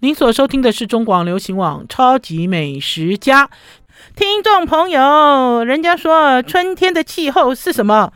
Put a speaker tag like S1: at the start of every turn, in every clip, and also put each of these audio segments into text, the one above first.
S1: 您所收听的是中广流行网《超级美食家》。听众朋友，人家说春天的气候是什么？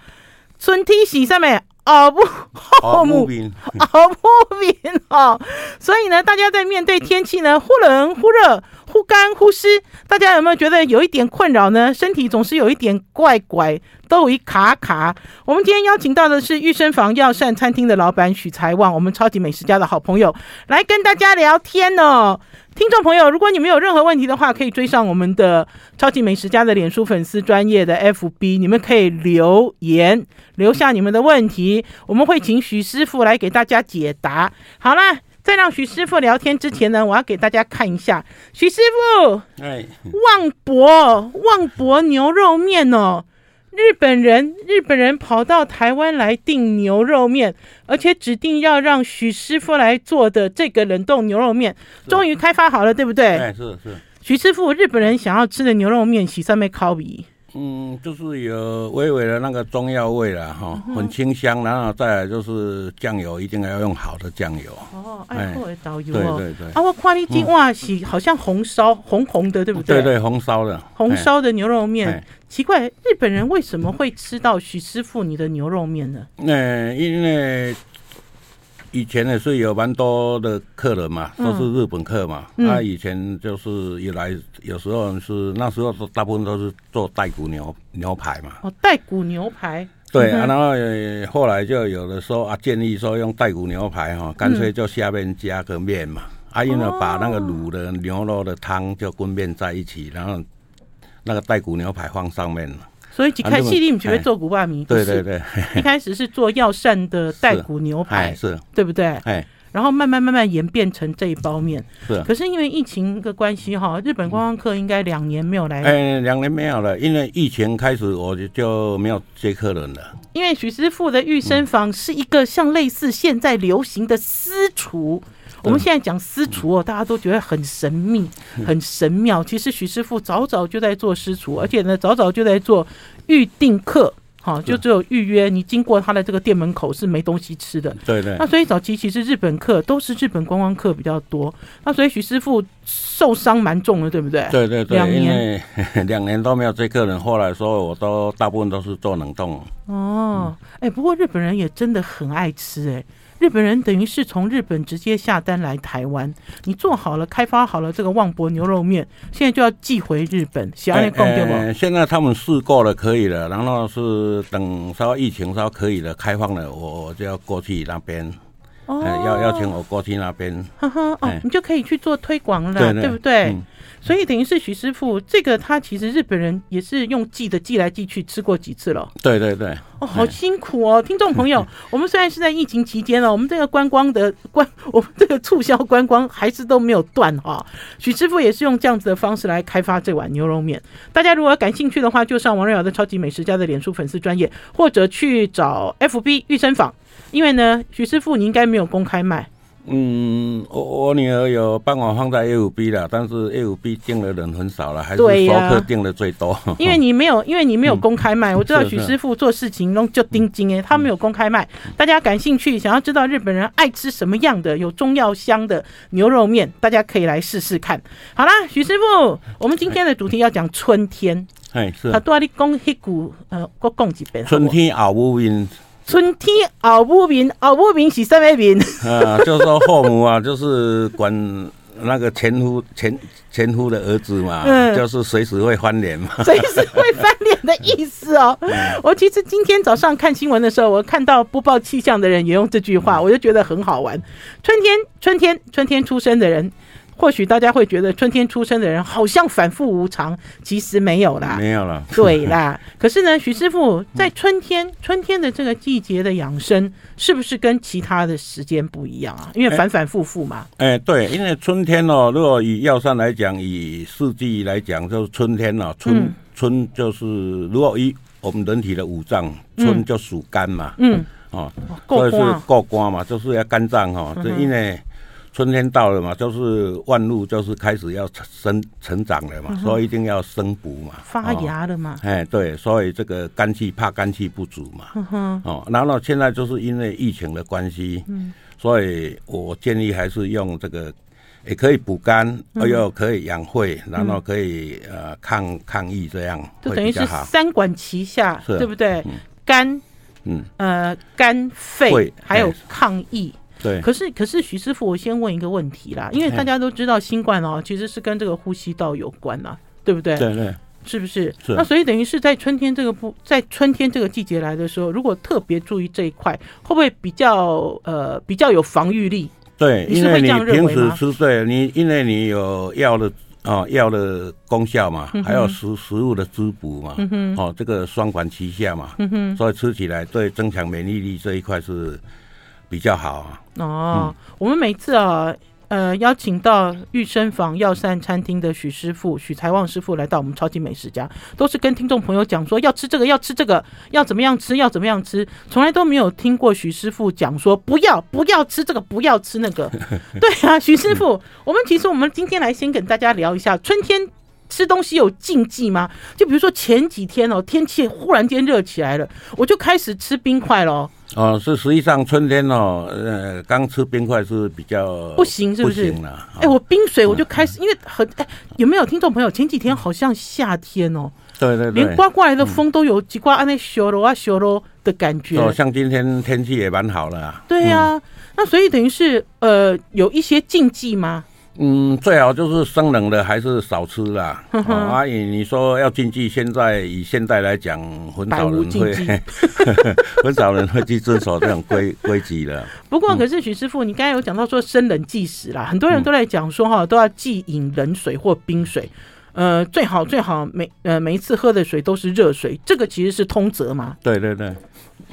S1: 春天喜上面哦不
S2: 哦，
S1: 后
S2: 木
S1: 母
S2: 柄，
S1: 熬不明哦。所以呢，大家在面对天气呢，忽冷忽热、忽干忽湿，大家有没有觉得有一点困扰呢？身体总是有一点怪怪，都有一卡卡。我们今天邀请到的是玉生坊药膳餐厅的老板许才旺，我们超级美食家的好朋友，来跟大家聊天哦。听众朋友，如果你们有任何问题的话，可以追上我们的超级美食家的脸书粉丝专业的 FB，你们可以留言留下你们的问题，我们会请许师傅来给大家解答。好啦，在让许师傅聊天之前呢，我要给大家看一下许师傅
S2: 哎，
S1: 旺博旺博牛肉面哦，日本人日本人跑到台湾来订牛肉面，而且指定要让许师傅来做的这个冷冻牛肉面，终于开发好了，对不对？
S2: 哎，是是，
S1: 许师傅，日本人想要吃的牛肉面，喜上面烤比
S2: 嗯，就是有微微的那个中药味了哈，
S1: 嗯
S2: 很清香，然后再来就是酱油，一定要用好的酱油，
S1: 哦，
S2: 哎
S1: 爱国的导游
S2: 对
S1: 哦。
S2: 对对。
S1: 啊，我看你今晚是好像红烧红红的，对不
S2: 对对，红烧的，
S1: 红
S2: 哎
S1: 烧的牛肉面
S2: 哎，
S1: 奇怪，日本人为什么会吃到许师傅你的牛肉面呢？
S2: 那、哎因为呃以前也是有蛮多的客人嘛，都是日本客嘛。
S1: 嗯
S2: 那、以前就是一来，有时候是那时候都大部分都是做带骨牛牛排嘛。
S1: 哦，带骨牛排，
S2: 对、
S1: 嗯哼
S2: 啊，然后也后来就有的说啊，建议说用带骨牛排
S1: 嗯
S2: 哈、干脆就下面加个面嘛。啊，因为把那个卤的牛肉的汤就跟面在一起，然后那个带骨牛排放上面了。
S1: 所以一开始
S2: 啊日本
S1: 你们只会做古巴米，
S2: 对
S1: 不
S2: 对
S1: 是，
S2: 对，
S1: 一开始是做药膳的带骨牛
S2: 哎
S1: 排，
S2: 是
S1: 对不对？
S2: 哎
S1: 然后慢慢慢慢演变成这一包面。
S2: 是。
S1: 可是因为疫情的关系哈，日本观光客应该两年没有来，
S2: 哎，两年没有了，因为疫情开始我就就没有接客人了。
S1: 因为许师傅的御身房是一个像类似现在流行的私厨。我们现在讲私厨哦，大家都觉得很神秘、很神妙。其实许师傅早早就在做私厨，而且呢，早早就在做预定客，哈，就只有预约，你经过他的这个店门口是没东西吃的。
S2: 对对
S1: 那，所以早期其实日本客都是日本观光客比较多，那所以许师傅受伤蛮重的，对不对？
S2: 对对对，
S1: 两年
S2: 因为 两年都没有接客人，后来说我都大部分都是做冷冻。
S1: 哦，
S2: 嗯
S1: 哎、不过日本人也真的很爱吃哎、日本人等于是从日本直接下单来台湾，你做好了、开发好了这个旺博牛肉面，现在就要寄回日本，喜欢
S2: 哎
S1: 那供对吗？
S2: 哎现在他们试过了，可以了，然后是等稍微疫情稍微可以了，开放了，我我就要过去那边，
S1: 哦
S2: 哎要邀请我过去那边。
S1: 哈哈，哦
S2: 哎，
S1: 你就可以去做推广了，
S2: 对对
S1: 不对？
S2: 嗯
S1: 所以等于是许师傅，这个他其实日本人也是用寄的寄来寄去，吃过几次了。
S2: 对对对，
S1: 哦，好辛苦哦，听众朋友， 我们虽然是在疫情期间哦，我们这个观光的 观，我们这个促销观光还是都没有断哈、许师傅也是用这样子的方式来开发这碗牛肉面。大家如果感兴趣的话，就上王瑞瑶的超级美食家的脸书粉丝专业，或者去找 FB 玉生坊，因为呢，许师傅你应该没有公开卖
S2: 嗯，我我女儿有帮我放在 A 五 B 了，但是 A 五 B 订的人很少了，还是
S1: 对
S2: 熟
S1: 呀
S2: 客订的最多。
S1: 因为你没有，因为你没有公开卖。我知道
S2: 嗯是
S1: 许
S2: 是嗯
S1: 师傅做事情弄就盯紧哎，他没有公开卖。大家感兴趣，想要知道日本人爱吃什么样的有中药香的牛肉面，大家可以来试试看。好啦，许师傅，我们今天的主题要讲春天。
S2: 哎是
S1: 他。多你讲迄句呃，我讲一遍好不
S2: 春
S1: 好。
S2: 天熬乌云，
S1: 春天后母面，后母面是什么面？
S2: 啊，就是说后母啊， 就是管那个前夫前前夫的儿子嘛，
S1: 嗯
S2: 就是随时会翻脸 嘛。
S1: 随时会翻脸的意思哦。
S2: 嗯
S1: 我其实今天早上看新闻的时候，我看到播报气象的人也用这句话，我就觉得很好玩。春天，春天，春天出生的人，或许大家会觉得春天出生的人好像反复无常，其实没有啦。
S2: 没有了，
S1: 对 啦，可是呢，徐师傅在春天，春天的这个季节的养生，是不是跟其他的时间不一样啊？因为反反复复嘛。
S2: 哎、对，因为春天哦，如果以药膳来讲，以四季来讲，就是春天哦，春、
S1: 嗯
S2: 春就是如果以我们人体的五脏，春就属肝嘛，
S1: 嗯，
S2: 哦，
S1: 够
S2: 所以是
S1: 光啊
S2: 过肝嘛，就是要肝脏哈、
S1: 嗯
S2: 哦，这、因为春天到了嘛，就是万物就是开始要生成长了嘛，所以一定要生补嘛，
S1: 嗯发
S2: 哦
S1: 芽了嘛。
S2: 哎，对，所以这个肝气怕肝气不足嘛。
S1: 嗯哼，
S2: 哦，然后现在就是因为疫情的关系，嗯，所以我建议还是用这个也可以补肝，
S1: 嗯
S2: 哎呦，可以养肺，然后可以呃抗抗疫，这样
S1: 就
S2: 会
S1: 等于
S2: 比较
S1: 是
S2: 好。
S1: 三管齐下，
S2: 是啊
S1: 对不对？肝
S2: 嗯，
S1: 呃肝肺
S2: 肺
S1: 还有
S2: 哎
S1: 抗疫。
S2: 对，
S1: 可是可是徐师傅，我先问一个问题啦，因为
S2: 哎
S1: 大家都知道新冠哦，其实是跟这个呼吸道有关啦，对不对？
S2: 对对
S1: 是不是？
S2: 是
S1: 那所以等于是在春天这个不在春天这个季节来的时候，如果特别注意这一块，会不会比较呃比较有防御力？
S2: 对，
S1: 你是
S2: 因为
S1: 会这
S2: 你
S1: 样认
S2: 平
S1: 为
S2: 时
S1: 吗
S2: 吃对，你因为你有药的哦药的功效嘛，
S1: 嗯
S2: 还有食食物的滋补嘛，哦这个双管齐下嘛，
S1: 嗯
S2: 所以吃起来对增强免疫力这一块是比较好啊。
S1: 哦，我们每次啊，呃，邀请到御生坊药膳餐厅的许师傅、许财旺师傅来到我们超级美食家，都是跟听众朋友讲说要吃这个，要吃这个，要怎么样吃，要怎么样吃，从来都没有听过许师傅讲说不要不要吃这个，不要吃那个。 对啊，许师傅，我们其实我们今天来先跟大家聊一下春天。吃东西有禁忌吗？就比如说前几天哦，天气忽然间热起来了，我就开始吃冰块了哦。
S2: 哦，是实际上春天哦，呃，刚吃冰块是比较
S1: 不行是不是
S2: 不行哦了，
S1: 哎、我冰水我就开始，因为很哎、有没有听众朋友？前几天好像夏天哦，
S2: 对对对，
S1: 连刮过来的风都有几刮安那咻喽啊咻喽的感觉。
S2: 哦，像今天天气也蛮好了、啊。
S1: 对呀、那所以等于是呃有一些禁忌吗？
S2: 嗯，最好就是生冷的还是少吃 啦。哦阿姨，你说要禁忌，现在以现代来讲，很
S1: 百
S2: 少
S1: 无
S2: 人
S1: 禁
S2: 会
S1: 忌，
S2: 很少人会去遵守这种规规矩的。
S1: 不
S2: 嗯
S1: 过，可是许师傅，你刚才有讲到说生冷忌食啦，很多人都在讲说哈，都要忌饮冷水或冰水，呃，最好最好每呃每一次喝的水都是热水，这个其实是通则嘛。
S2: 对对对，嗯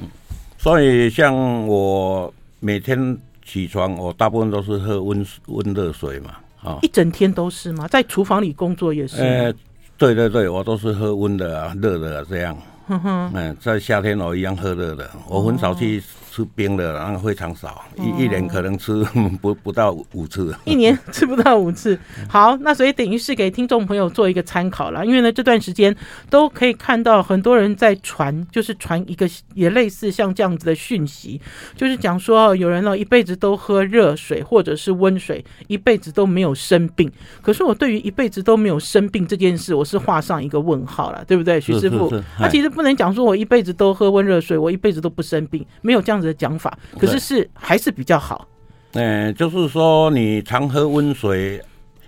S2: 所以像我每天起床，我大部分都是喝温温热水嘛，啊、
S1: 一整天都是吗？在厨房里工作也是吗。
S2: 呃，对对对，我都是喝温的啊、热的啊这样。嗯在夏天我一样喝热的，我很少
S1: 哦
S2: 去吃冰的，然后非常少，一一年可能吃 不不到五次。
S1: 一年 吃不到五次。好，那所以等于是给听众朋友做一个参考啦，因为呢这段时间都可以看到很多人在传，就是传一个也类似像这样子的讯息，就是讲说哦有人呢一辈子都喝热水或者是温水，一辈子都没有生病。可是我对于一辈子都没有生病这件事，我是画上一个问号了，对不对，徐
S2: 是
S1: 师傅
S2: 是是？哎
S1: 他
S2: 嗨
S1: 其实不能讲说我一辈子都喝温热水，我一辈子都不生病，没有这样子的讲法。可是
S2: 对
S1: 是还是比较好。
S2: 嗯、就是说你常喝温水，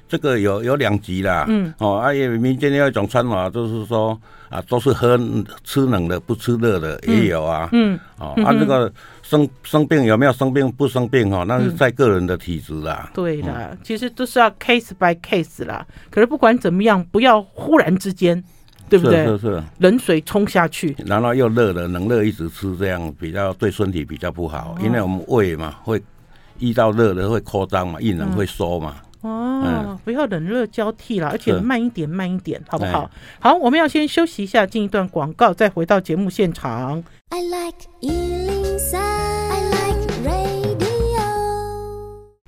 S2: 这个有有两级啦。嗯，哦，啊，也民间有一种穿法，就是说啊，都是喝吃冷的，不吃热的也有啊。
S1: 嗯，
S2: 哦，啊，这个生生病有没有生病不生病哦，
S1: 嗯
S2: 那是在个人的体质啦。
S1: 对啦，
S2: 嗯
S1: 其实都是要 case by case 啦。可是不管怎么样，不要忽然之间，对不对？
S2: 是是是。
S1: 冷水冲下去，
S2: 然后又热了，冷热一直吃，这样比较对身体比较不好，因为我们胃嘛会遇到热的会扩张嘛，一冷会缩嘛。
S1: 哦，不要冷热交替啦，而且
S2: 哎是哎
S1: 慢一点，慢一点，好不好？好，我们要先休息一下，进一段广告，再回到节目现场。
S3: I like Ealing Sound. I like radio.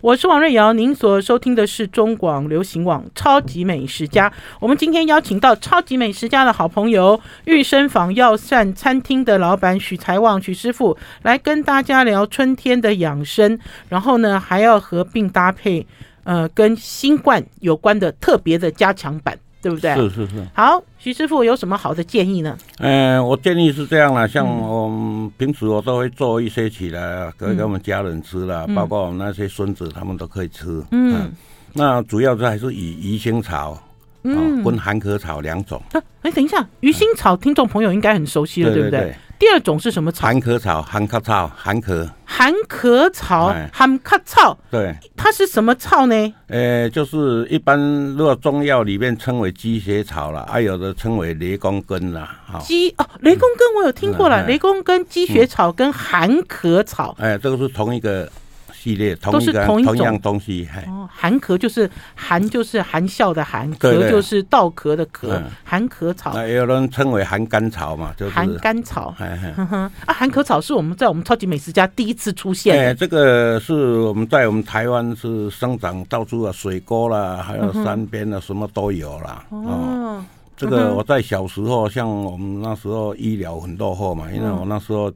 S1: 我是王瑞瑶，您所收听的是中广流行网《超级美食家》。我们今天邀请到《超级美食家》的好朋友玉生坊药膳餐厅的老板许财旺许师傅，来跟大家聊春天的养生，然后呢还要合并搭配，呃，跟新冠有关的特别的加强版，对不对？
S2: 是是是，
S1: 好，徐师傅有什么好的建议呢？
S2: 嗯，我建议是这样啦，像我们平时哦我都会做一些起来，可以给我们家人吃啦，包括我们那些孙子他们都可以吃。嗯，那主要是还是以鱼腥草。嗯，跟含壳草两种，
S1: 啊，哎，等一下，鱼腥草听众朋友应该很熟悉了，
S2: 对
S1: 不
S2: 对对
S1: 第二种是什么草？
S2: 含壳草、含壳草、含壳，
S1: 含壳草
S2: 哎、
S1: 含壳草。
S2: 对，
S1: 它是什么草呢？
S2: 呃，就是一般如果中药里面称为鸡血草啦，还、啊有的称为雷公根啦，好、
S1: 鸡哦，雷公根我有听过了，
S2: 嗯
S1: 雷公根、鸡血草跟含壳草。
S2: 哎、这个是同一个系列，
S1: 都
S2: 同一
S1: 是
S2: 个
S1: 同一种
S2: 样东西，嘿，
S1: 哦，含壳就是含就是含笑的含，
S2: 对
S1: 壳
S2: 对
S1: 就是稻壳的壳
S2: 嗯，
S1: 含壳草
S2: 那、、也有人称为寒甘草嘛，就是，
S1: 含甘草。
S2: 哎哎。
S1: 哼哼，啊，含壳草是我们在我们超级美食家第一次出现
S2: 哎、
S1: 的。
S2: 这个是我们在我们台湾是生长到处啊，水沟啦，还有山边啊，什么都有啦。哦，
S1: 嗯哦，
S2: 这个我在小时候，像我们那时候医疗
S1: 嗯
S2: 很落后嘛，因为我那时候，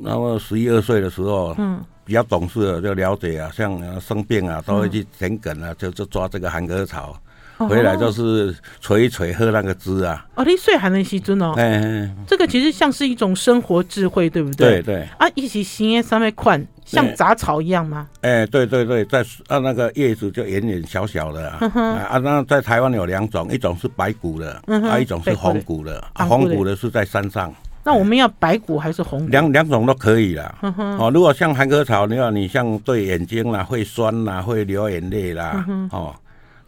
S2: 那么十一二岁的时候，
S1: 嗯，
S2: 比较懂事的就了解啊，像呃生病啊都会去田埂啊，就就抓这个寒鸽草，回来就是捶一捶喝那个汁啊，
S1: 哦，你岁寒的时尊哦，
S2: 哎、哎
S1: 这个其实像是一种生活智慧，对不
S2: 对
S1: 对？
S2: 哎对，
S1: 啊，一起行耶三昧款，像杂草一样吗？
S2: 哎、对对对，在啊那个叶子就圆圆小小的啊，啊那在台湾有两种，一种是白骨的，
S1: 嗯哼
S2: 啊一种是
S1: 白骨的
S2: 红骨的，啊
S1: 红骨
S2: 红
S1: 的
S2: 骨的是在山上。
S1: 那我们要白骨还是红骨？
S2: 两两种都可以啦。
S1: 嗯
S2: 哦，如果像含壳草，你要你像对眼睛啦，会酸啦，会流眼泪
S1: 嗯
S2: 啦，哦，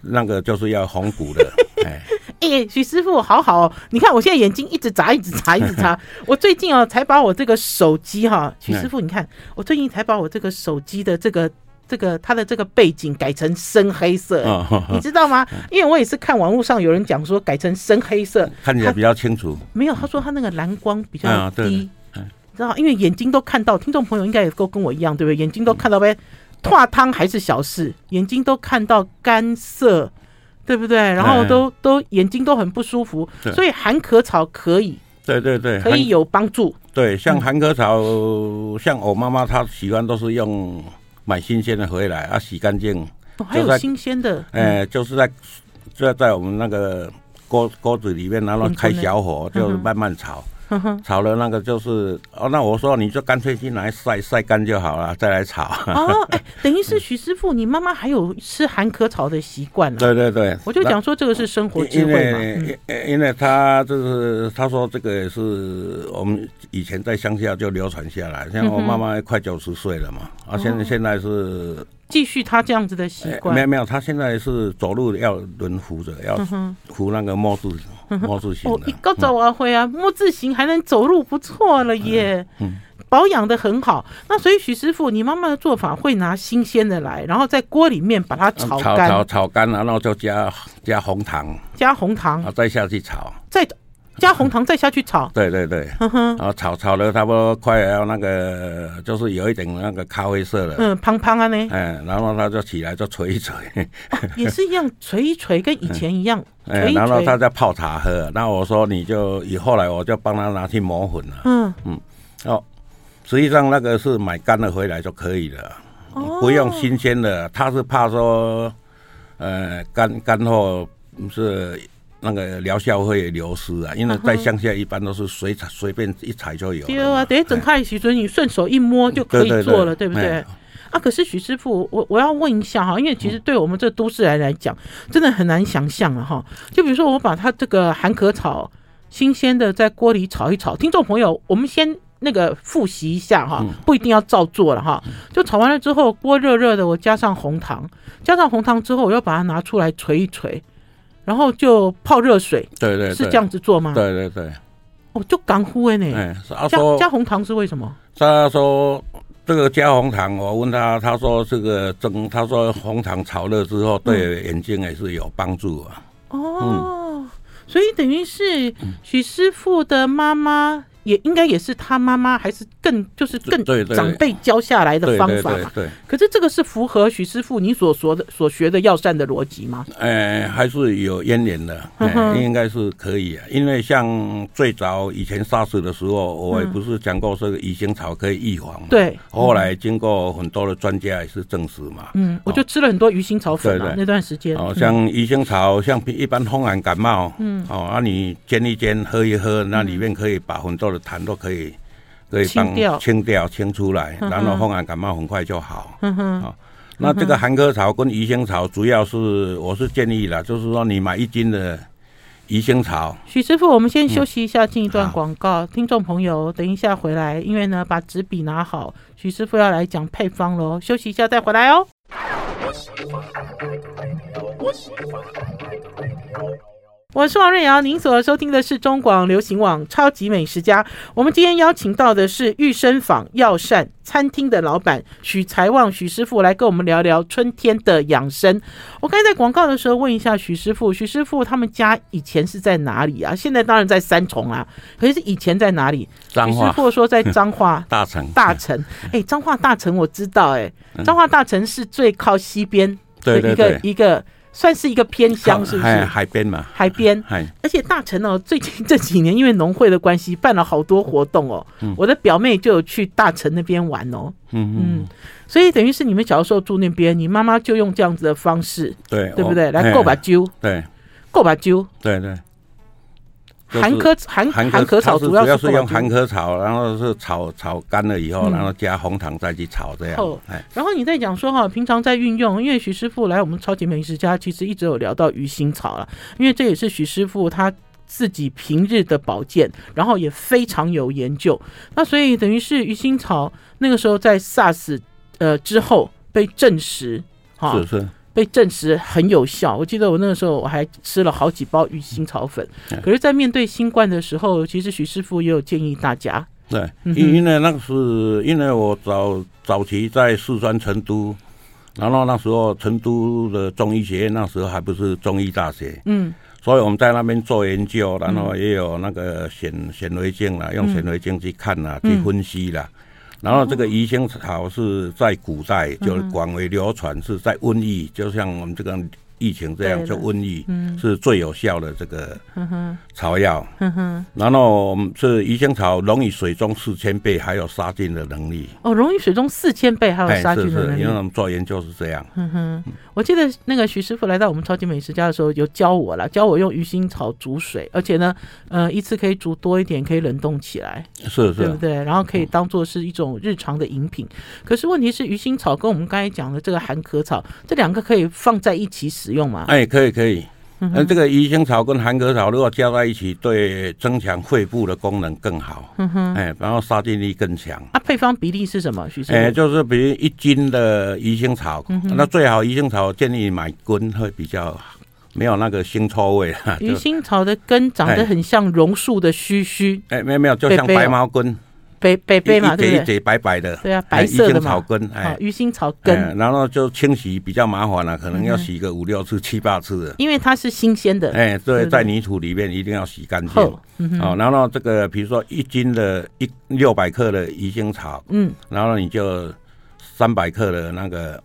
S2: 那个就是要红 骨的。哎，
S1: 哎，许师傅，好好哦！你看我现在眼睛一直眨，一直眨，一直眨。我最近哦，才把我这个手机哈，许师傅，你看我最近才把我这个手机的这个这个它的这个背景改成深黑色，
S2: 哦 呵
S1: 你
S2: 呵，
S1: 知道吗？因为我也是看网络上有人讲说改成深黑色，
S2: 看起来比较清楚。
S1: 没有，他说他那个蓝光比较
S2: 啊对
S1: 低，你知道，因为眼睛都看到，听众朋友应该也都跟我一样，对不对？眼睛都看到呗，
S2: 嗯
S1: 化汤还是小事，眼睛都看到干涩，对不对？然后
S2: 嗯
S1: 都都眼睛都很不舒服，
S2: 对哎
S1: 所以含壳草可以
S2: 对对对，
S1: 可
S2: 含
S1: 以有嗯帮助
S2: 对，像含壳草，像我妈妈她喜欢都是用买新鲜的回来啊，洗干净，
S1: 哦，还有
S2: 在
S1: 新鲜的，
S2: 哎，就是在就在我们那个锅锅子里面，然后
S1: 滚
S2: 开
S1: 滚的
S2: 小火，就
S1: 嗯哼
S2: 慢慢炒。
S1: 嗯哼
S2: 炒了那个就是哦，那我说你就干脆进来晒晒干就好了，再来炒。
S1: 哦，哎，等于
S2: 嗯
S1: 是许师傅，你妈妈还有吃含壳草的习惯了。
S2: 对对对，
S1: 我就讲说这个是生活
S2: 那。
S1: 智
S2: 因
S1: 慧嘛，嗯
S2: 为因因为他就是他说这个也是我们以前在乡下就流传下来，像
S1: 嗯
S2: 我妈妈快九十岁了嘛，啊，
S1: 哦
S2: 现在现在是
S1: 继续他这样子的习
S2: 哎
S1: 惯
S2: 没。有没有，她现在是走路要轮扶着，
S1: 嗯
S2: 要扶那个摸字摸字型
S1: 哦，
S2: 的
S1: 一，个早晚会啊，
S2: 嗯
S1: 木字形还能走路，不错了耶，
S2: 哎
S1: 保养的很好。那所以许师傅，你妈妈的做法会拿新鲜的来，然后在锅里面把它
S2: 啊
S1: 炒干，
S2: 炒炒干了，然后就加加红糖，
S1: 加红糖，
S2: 啊，再下去炒。
S1: 再加红糖再下去炒。
S2: 对对对，
S1: 嗯
S2: 然后炒炒了差不多快要那个，就是有一点那个咖啡色了。
S1: 嗯，胖胖啊呢，
S2: 哎，然后他就起来就捶一捶，
S1: 也是一样捶一捶，跟以前一样
S2: 哎
S1: 捶，一
S2: 然后他
S1: 捶。
S2: 在泡茶喝。那我说你就以后来我就帮他拿去磨粉了。
S1: 嗯，
S2: 哦，实际上那个是买干的回来就可以了，
S1: 哦
S2: 不用新鲜的。他是怕说，呃，干干后是那个疗效会流失啊，因为在乡下一般都是随采随便一采就有了嘛。
S1: 对啊，等于整
S2: 哎
S1: 块许尊，你顺手一摸就可以做了，对不对
S2: 哎？嗯
S1: 啊，可是许师傅，我我要问一下哈，因为其实对我们这都市人来讲，真的很难想象了哈。就比如说，我把它这个含壳草新鲜的在锅里炒一炒，听众朋友，我们先那个复习一下
S2: 嗯
S1: 哈，不一定要照做了哈。就炒完了之后，锅热热的，我加上红糖，加上红糖之后，我要把它拿出来捶一捶，然后就泡热水，
S2: 对对对，
S1: 是这样子做吗？
S2: 对对对，
S1: 哦，就干呼哎呢。
S2: 哎，他
S1: 加
S2: 说
S1: 加红糖是为什么？
S2: 他说这个加红糖，我问他，他说这个蒸，他说红糖炒热之后
S1: 嗯
S2: 对眼睛也是有帮助啊。
S1: 哦，所以等于是
S2: 嗯
S1: 许师傅的妈妈，也应该也是他妈妈，还是更就是更
S2: 对对
S1: 长辈教下来的
S2: 对
S1: 方
S2: 对
S1: 法
S2: 对
S1: 嘛。
S2: 对，
S1: 可是这个是符合许师傅你所说的所学的药膳的逻辑吗？
S2: 哎，还是有渊源的，
S1: 嗯
S2: 哎，
S1: 哼
S2: 应该是可以啊。因为像最早以前 SARS 的时候，我也不是讲过这个鱼腥草可以预防嘛。。
S1: 嗯对，
S2: 后来经过很多的专家也是证实嘛，
S1: 嗯，我就吃了很多鱼腥草粉啊
S2: 对，对
S1: 那段时间。
S2: 哦，
S1: 嗯
S2: 像鱼腥草，像一般风寒感冒，嗯，哦，那、你煎一煎，喝一喝，那里面可以把很多的痰都可以可以
S1: 嗯清
S2: 帮
S1: 掉
S2: 清掉、清出来，
S1: 嗯哼
S2: 然后风寒感冒很快就好。哦
S1: 嗯哼，
S2: 那这个含壳草跟鱼腥草，主要是我是建议了，就是说你买一斤的鱼腥草，
S1: 许师傅，我们先休息一下，进一段广告。
S2: 嗯
S1: 听众朋友，等一下回来，因为呢，把纸笔拿好，许师傅要来讲配方喽。休息一下再回来哦。我是王瑞瑶，您所收听的是中广流行网《超级美食家》。我们今天邀请到的是玉生坊药膳餐厅的老板许才旺许师傅来跟我们聊聊春天的养生。我刚才在广告的时候问一下许师傅，许师傅他们家以前是在哪里啊？现在当然在三重啦、可是以前在哪里？
S2: 彰
S1: 许
S2: 化
S1: 师傅说在彰化
S2: 大成，
S1: 大城。哎，彰化大城我知道、哎，彰化大城是最靠西边的
S2: 嗯对
S1: 一个
S2: 对对
S1: 一个算是一个偏乡，是不
S2: 海
S1: 是？
S2: 海边嘛，
S1: 海边。
S2: 海
S1: 而且大成哦，最近这几年因为农会的关系，办了好多活动哦。我的表妹就有去大成那边玩哦，
S2: 嗯嗯嗯，
S1: 所以等于是你们小时候住那边，你妈妈就用这样子的方式，
S2: 对
S1: 对不
S2: 我
S1: 对？来
S2: 哦嘿
S1: 够把揪，
S2: 对
S1: 够把揪，
S2: 对对，就是
S1: 含嗯科含
S2: 含
S1: 含壳草
S2: 它是
S1: 主
S2: 主
S1: 要
S2: 要
S1: 是
S2: 是
S1: 够把
S2: 用
S1: 揪
S2: 含壳草，然后是炒炒干了以后，
S1: 嗯
S2: 然后加红糖再去炒这样
S1: 哦。
S2: 哎，
S1: 然后你再讲说哈，平常在运用，因为许师傅来我们超级美食家，其实一直有聊到鱼腥草了，因为这也是许师傅他自己平日的保健，然后也非常有研究。那所以等于是鱼腥草那个时候在 SARS 呃之后被证实，哈、
S2: 是是，
S1: 被证实很有效。我记得我那个时候我还吃了好几包鱼腥草粉。
S2: 嗯
S1: 可是，在面对新冠的时候，其实许师傅也有建议大家，
S2: 对，
S1: 嗯哼
S2: 因因为那个是因为我早早期在四川成都，然后那时候成都的中医学院那时候还不是中医大学，
S1: 嗯
S2: 所以我们在那边做研究，然后也有那个显显微镜啦，用显微镜去看啦，
S1: 嗯
S2: 去分析啦。然后这个鱼腥草是在古代就广为流传，是在瘟疫，就像我们这个疫情这样，
S1: 对了
S2: 就瘟疫
S1: 嗯
S2: 是最有效的这个
S1: 哼哼
S2: 草药。嗯
S1: 哼哼，
S2: 然后我们是鱼腥草溶于水中四千倍，还有杀菌的能力。
S1: 哦，溶于水中四千倍，还有杀菌的
S2: 哎是
S1: 能
S2: 是，
S1: 力
S2: 因为。我们做研究是这样。
S1: 哼哼，我记得那个徐师傅来到我们超级美食家的时候，有教我啦，教我用鱼腥草煮水，而且呢，呃，一次可以煮多一点，可以冷冻起来，
S2: 是啊嗯
S1: 对
S2: 是
S1: 不，对？然后可以当做是一种日常的饮品。可是问题是，鱼腥草跟我们刚才讲的这个含壳草，这两个可以放在一起使用吗？
S2: 哎，可以可以。
S1: 嗯
S2: 那这个鱼腥草跟含壳草如果加在一起，对增强肺部的功能更好，
S1: 哼哼，
S2: 哎，然后杀菌力更强。
S1: 啊，配方比例是嗯什么？徐师
S2: 哎，
S1: 傅，
S2: 就是比如一斤的鱼腥草，啊那最好鱼腥草建议买根会比较没有那个腥臭味哈。
S1: 鱼
S2: 就
S1: 腥草的根长得
S2: 哎
S1: 很像榕树的须须，
S2: 哎，没有没有，就
S1: 贝
S2: 像
S1: 贝哦
S2: 白毛根，
S1: 北北
S2: 一
S1: 北嘛，
S2: 一节
S1: 对
S2: 一
S1: 不对？
S2: 节白白的，
S1: 对啊，
S2: 哎
S1: 白色
S2: 鱼
S1: 的
S2: 腥草
S1: 嘛，
S2: 根，
S1: 好
S2: 哎，，
S1: 鱼腥草
S2: 哎
S1: 根，嗯
S2: 然后就清洗比较麻烦了，可能要洗个五六次、七八次了。
S1: 因为它是新鲜的，
S2: 哎，
S1: 对
S2: 对，
S1: 对
S2: 在泥土里面一定要洗干净。
S1: 厚，嗯哼，
S2: 哦，然后这个比如说一斤的一六百克的鱼腥草，
S1: 嗯，
S2: 然后你就三百克的那个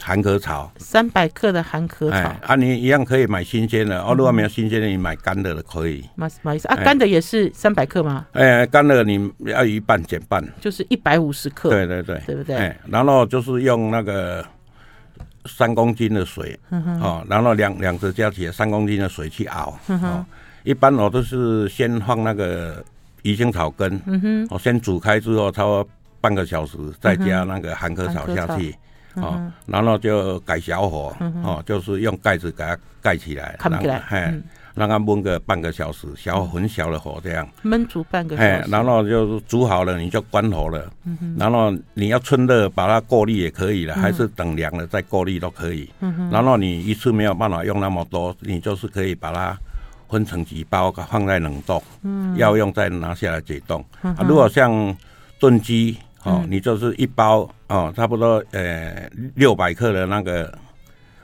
S2: 含壳草，
S1: 三百克的含壳
S2: 哎
S1: 草，，
S2: 啊，你一样可以买新鲜的哦。如果没有新鲜的，你买干的的可以。
S1: 马马意思啊，
S2: 哎
S1: 干的也是三百克吗？
S2: 哎，干的你要一半减半，
S1: 就是一百五十克，
S2: 对对对，
S1: 对不对
S2: 哎，然后就是用那个三公斤的水，
S1: 嗯
S2: 哦，然后两两只加起来三公斤的水去熬。
S1: 嗯
S2: 哦，一般我都是先放那个鱼腥草根，
S1: 嗯哼，
S2: 我先煮开之后，差不多半个小时，再加那个含壳草下去，
S1: 嗯
S2: 哦，然后就改小火，哦，就是用盖子给它盖起来，
S1: 盖起来嗯
S2: 让嘿，让它焖个半个小时，小很小的火这样，
S1: 焖煮半个
S2: 嘿
S1: 小，嗯时，
S2: 哎然后就是煮好了你就关火了，然后你要趁热把它过滤也可以
S1: 嗯
S2: 了，还是等凉了再过滤都可以，然后你一次没有办法用那么多，你就是可以把它。分成几包，放在冷冻，要用再拿下来解冻。
S1: 嗯
S2: 啊，如果像炖鸡哦，你就是一包哦，差不多呃六百克的那个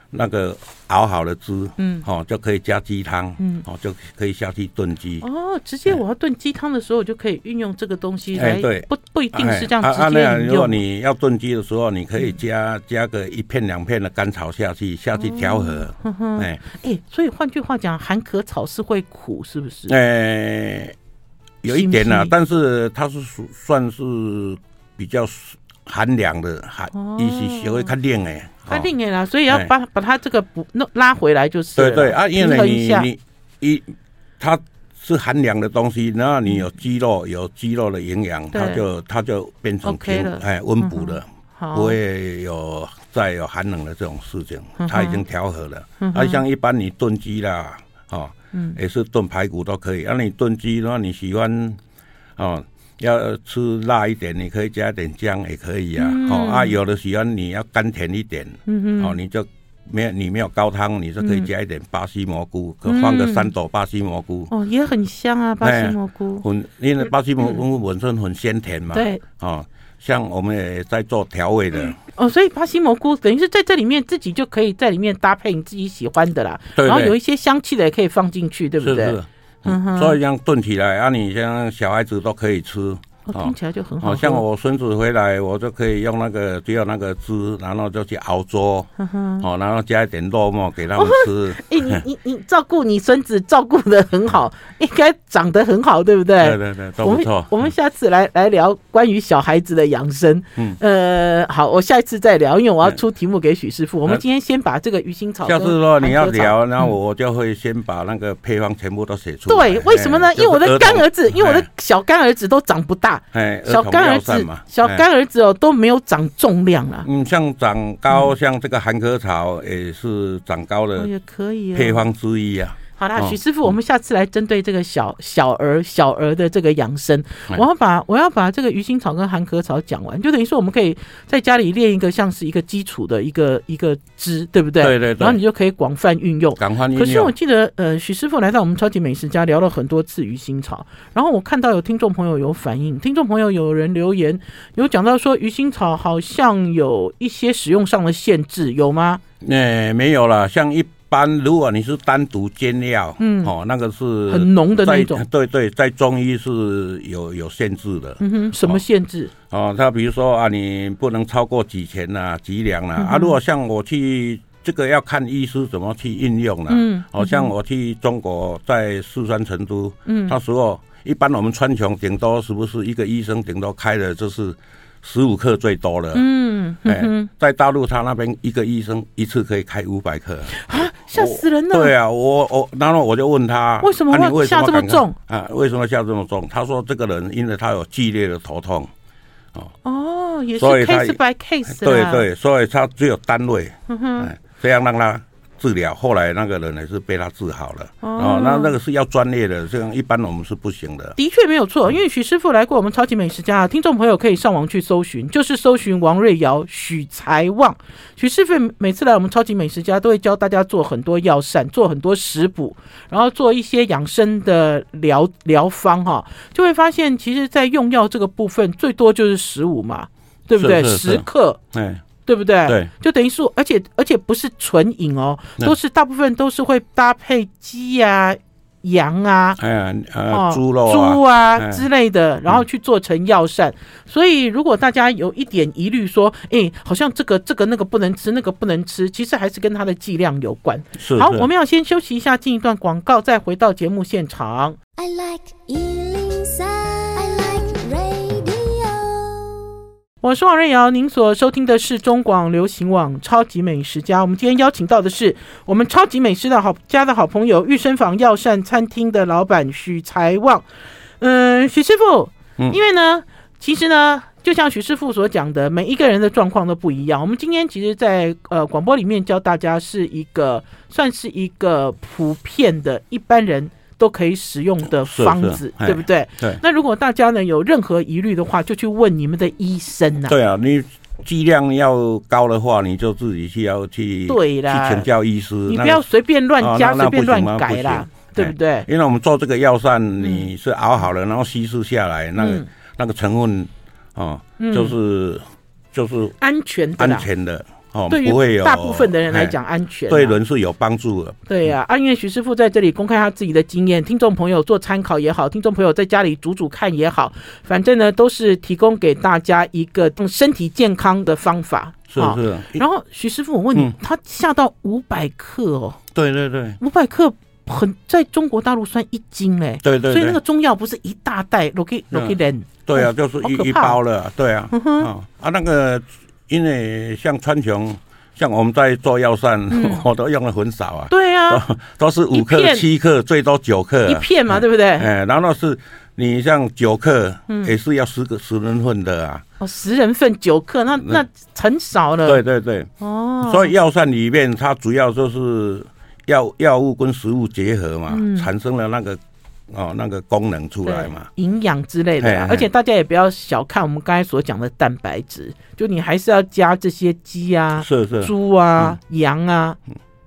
S2: 那个熬好的汁，
S1: 嗯
S2: 哦就可以加鸡汤，
S1: 嗯
S2: 哦就可以下去炖鸡。
S1: 哦，直接我要炖鸡汤的时候，我就可以运用这个东西
S2: 哎
S1: 来，
S2: 对
S1: 不不一定是这样
S2: 哎啊
S1: 直
S2: 那
S1: 接
S2: 样
S1: 饮
S2: 如果
S1: 用。
S2: 你要炖鸡的时候，你可以加加个一片两片的甘草下去，下去调和。哎
S1: 哎，所以换句话讲，含壳草是会苦，是不是？
S2: 哎，有一点
S1: 嗯心
S2: 啦
S1: 脾，
S2: 但是它是属算是比较寒凉的，寒
S1: 哦
S2: 一些稍微较冷的。
S1: 它
S2: 哦
S1: 啊另外啦，所以要
S2: 哎
S1: 把把它这个不弄拉回来就是了
S2: 对对啊，因
S1: 平衡
S2: 为
S1: 一
S2: 你
S1: 下，
S2: 你一它是寒凉的东西，然后你有肌肉，有肌肉的营养，
S1: 对
S2: 它就它就变成
S1: OK
S2: 平
S1: 了嗯
S2: 哎温补了，
S1: 好
S2: 不，会有再有寒冷的这种事情
S1: 嗯哼，
S2: 它已经调和了。
S1: 嗯哼
S2: 啊，像一般你炖鸡啦，哦，
S1: 嗯
S2: 也是炖排骨都可以。啊，你炖鸡的话，你喜欢哦。要吃辣一点，你可以加点姜也可以啊。哦啊，有的喜欢你要甘甜一点，
S1: 嗯
S2: 哦，
S1: 哼，
S2: 你就没有你没有高汤，你就可以加一点巴西蘑菇，可放个三朵巴西蘑菇。
S1: 嗯哦，也很香啊，巴西
S2: 哎
S1: 蘑菇，
S2: 很，因为巴西蘑菇本身很鲜甜嘛。。
S1: 对，
S2: 哦，像我们也在做调味的，
S1: 哦，所以巴西蘑菇等于是在这里面自己就可以在里面搭配你自己喜欢的啦，
S2: 对
S1: 然后
S2: 对
S1: 有一些香气的也可以放进去，对不
S2: 是
S1: 对？
S2: 不是？
S1: 嗯哼
S2: 所以这样炖起来啊，你像小孩子都可以吃。
S1: 哦，
S2: 哦
S1: 听起来就很好
S2: 好、
S1: 喝。
S2: 像我孙子回来，我就可以用那个只有那个汁，然后就去熬粥，
S1: 呵呵，
S2: 哦，然后加一点肉末给他们吃。
S1: 哎、你你你照顾你孙子照顾的很好， 应该长得很好，对不 对？
S2: 对对对，都
S1: 我
S2: 不
S1: 们
S2: 错。
S1: 我们下次来来聊关于小孩子的养生。
S2: 嗯
S1: 呃，好，我下一次再聊，因为我要
S2: 嗯
S1: 出题目给许师傅。我们今天先把这个鱼腥草跟
S2: 下
S1: 安
S2: 次
S1: 格草，
S2: 如果你要聊，那我就会先把那个配方全部都写出来。
S1: 对，为什么呢
S2: 哎？
S1: 因为我的干儿子，因为我的
S2: 就是
S1: 小干儿子都长不大，
S2: 哎哎
S1: 小
S2: 童
S1: 干
S2: 药
S1: 儿
S2: 膳
S1: 子
S2: 嘛，
S1: 小
S2: 哎
S1: 干儿子哦都没有长重量啊。
S2: 嗯，像长高，像这个含壳草也是长高
S1: 哦
S2: 的
S1: 也可以哦
S2: 配方之一啊。
S1: 好啦，
S2: 哦
S1: 许师傅，我们下次来针对这个小小儿小儿的这个养生，
S2: 哎
S1: 我要把我要把这个鱼腥草跟含壳草讲完，就等于说我们可以在家里练一个像是一个基础的一个一个知，对不对？
S2: 对对对
S1: 然后你就可以广泛运用。
S2: 赶快运
S1: 可是我
S2: 用。
S1: 记得，呃，许师傅来到我们超级美食家聊了很多次鱼腥草，然后我看到有听众朋友有反映，听众朋友有人留言有讲到说鱼腥草好像有一些使用上的限制，有吗？
S2: 哎，没有了，像一般如果你是单独煎药，
S1: 嗯
S2: 哦，那个是
S1: 很浓的那种
S2: 在对对，在中医是有有限制的。
S1: 嗯哼，什么限制？
S2: 哦，他比如说啊，你不能超过几钱呐、几两啦、
S1: 嗯
S2: 啊。如果像我去这个要看医师怎么去应用啦、
S1: 嗯
S2: 哦，像我去中国在四川成都，
S1: 嗯
S2: 那时候一般我们川穹顶多是不是一个医生顶多开的就是十五克最多了。
S1: 嗯，
S2: 哎
S1: 嗯哼，
S2: 在大陆他那边一个医生一次可以开五百克，
S1: 啊，吓死人了！
S2: 对啊，我我然后我就问他
S1: 为什么
S2: 啊
S1: 会
S2: 你为什
S1: 下这么
S2: 敢
S1: 重
S2: 啊？为什么下这么重？他说这个人因为他有剧烈的头痛，
S1: 哦，也是
S2: 所以他
S1: case by case
S2: 对
S1: 啦，
S2: 对，所以他只有单位，
S1: 嗯
S2: 哎，这样让他治疗。后来那个人也是被他治好了。哦，那那个是要专业的，这样一般我们是不行的。
S1: 的确没有错，因为许师傅来过我们超级美食家，听众朋友可以上网去搜寻，就是搜寻王瑞瑶、许才旺。许师傅每次来我们超级美食家，都会教大家做很多药膳，做很多食补，然后做一些养生的疗疗方哈，就会发现，其实，在用药这个部分，最多就是十五嘛，对不对？
S2: 是是是
S1: 十克，
S2: 哎，
S1: 对不对？
S2: 对，
S1: 就等于说，而且而且不是纯饮哦，
S2: 嗯
S1: 都是大部分都是会搭配鸡呀、羊啊。
S2: 哎呀，
S1: 哦
S2: 呃，猪肉
S1: 猪啊
S2: 啊，哎
S1: 之类的，然后去做成药膳。所以，如果大家有一点疑虑，说，诶，好像这个这个那个不能吃，那个不能吃，其实还是跟它的剂量有关。
S2: 是
S1: 好，
S2: 是
S1: 我们要先休息一下，进一段广告，再回到节目现场。
S3: I like Ealing Sound. I like radio.
S1: 我是王瑞瑶，您所收听的是中广流行网《超级美食家》。我们今天邀请到的是我们超级美食的好家的好朋友玉生坊药膳餐厅的老板许才旺。嗯，许师傅，
S2: 嗯
S1: 因为呢，其实呢，就像许师傅所讲的，每一个人的状况都不一样。我们今天其实在，呃广播里面教大家是一个算是一个普遍的一般人都可以使用的
S2: 是
S1: 方
S2: 是
S1: 子，
S2: 哎
S1: 对不对？
S2: 对
S1: 那如果大家呢有任何疑虑的话，就去问你们的医生呐、
S2: 对啊，你剂量要高的话，你就自己去要去
S1: 对啦
S2: 去请教医师。
S1: 你
S2: 那
S1: 不
S2: 个
S1: 要随便乱加、
S2: 哦那
S1: 随便
S2: 那不行
S1: 乱改
S2: 那不
S1: 啦
S2: 行，哎
S1: 对不对？
S2: 因为我们做这个药膳，你是熬好了，然后稀释下来，那个、
S1: 嗯
S2: 那个成分哦，
S1: 嗯
S2: 就是就是
S1: 安全的
S2: 安
S1: 啦，
S2: 全的哦，
S1: 对
S2: 不会
S1: 于
S2: 有
S1: 大部分的人来，讲安全啦。
S2: 哎对人是有帮助的。
S1: 对呀、啊，因为徐师傅在这里公开他自己的经验，听众朋友做参考也好，听众朋友在家里煮煮看也好，反正呢都是提供给大家一个嗯身体健康的方法。
S2: 是
S1: 啊
S2: 是，一
S1: 然后徐师傅，我问你，
S2: 嗯
S1: 他下到五百克哦，
S2: 对对对
S1: 五百克很在中国大陆算一斤嘞、
S2: 对对
S1: 所以那个
S2: 对，
S1: 中药不是一大袋 l o k y l o k y
S2: 嗯
S1: n
S2: 对啊，就是
S1: 好可
S2: 一一
S1: 怕嗯
S2: 包了，对啊，哦啊那个，因为像川穹，像我们在做药膳， 我都用的很少啊，
S1: 嗯对 啊，
S2: 都是
S1: 一
S2: 五克
S1: 片、
S2: 七克，最多九克
S1: 一
S2: 啊。
S1: 片嘛，对不对？
S2: 哎，然后是你像九克，
S1: 嗯
S2: 也是要十个十人份的啊。
S1: 哦，十人份九克，那那很少了。
S2: 对对对，
S1: 嗯哦，
S2: 所以药膳里面它主要就是药药物跟食物结合嘛，
S1: 嗯
S2: 产生了那个哦那个功能出来嘛。
S1: 对营养之类的啦
S2: 嘿。嘿
S1: 而且大家也不要小看我们刚才所讲的蛋白质，就你还是要加这些鸡啊、
S2: 是是，嗯
S1: 猪啊、羊啊，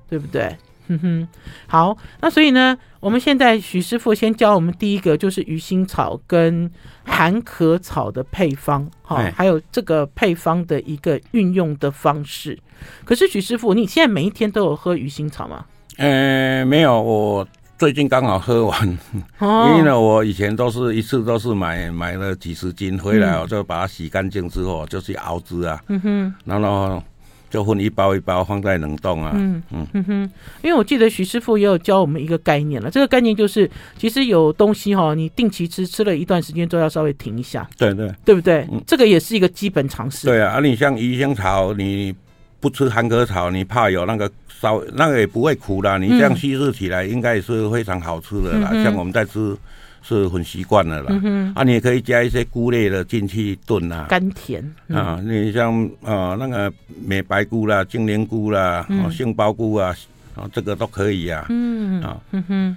S1: 对不对？哼哼，好，那所以呢，我们现在许师傅先教我们第一个就是鱼腥草跟含壳草的配方，哈、
S2: 哎
S1: 还有这个配方的一个运用的方式。可是许师傅，你现在每一天都有喝鱼腥草吗？
S2: 呃，没有，我最近刚好喝完，因为
S1: 哦，
S2: 呢，我以前都是一次都是买买了几十斤回来，我就把它洗干净之后就去熬汁啊，
S1: 嗯哼，
S2: 然后就混一包一包放在冷冻啊。
S1: 嗯嗯哼，因为我记得许师傅也有教我们一个概念了，这个概念就是，其实有东西哈、你定期吃，吃了一段时间之后要稍微停一下，
S2: 对对
S1: 对不对？这个也是一个基本常识。
S2: 嗯对啊，啊，你像鱼香草，你不吃含壳草，你怕有那个烧，那个也不会苦啦。你这
S1: 嗯
S2: 样稀释起来，应该也是非常好吃的啦。像我们在吃是很习惯的啦。
S1: 嗯
S2: 啊，你也可以加一些菇类的进去炖啊。
S1: 甘甜，嗯、
S2: 啊，你像呃那个美白菇啦、精灵菇啦、哦杏鲍菇啊，啊这个都可以啊。嗯啊，
S1: 嗯嗯哼，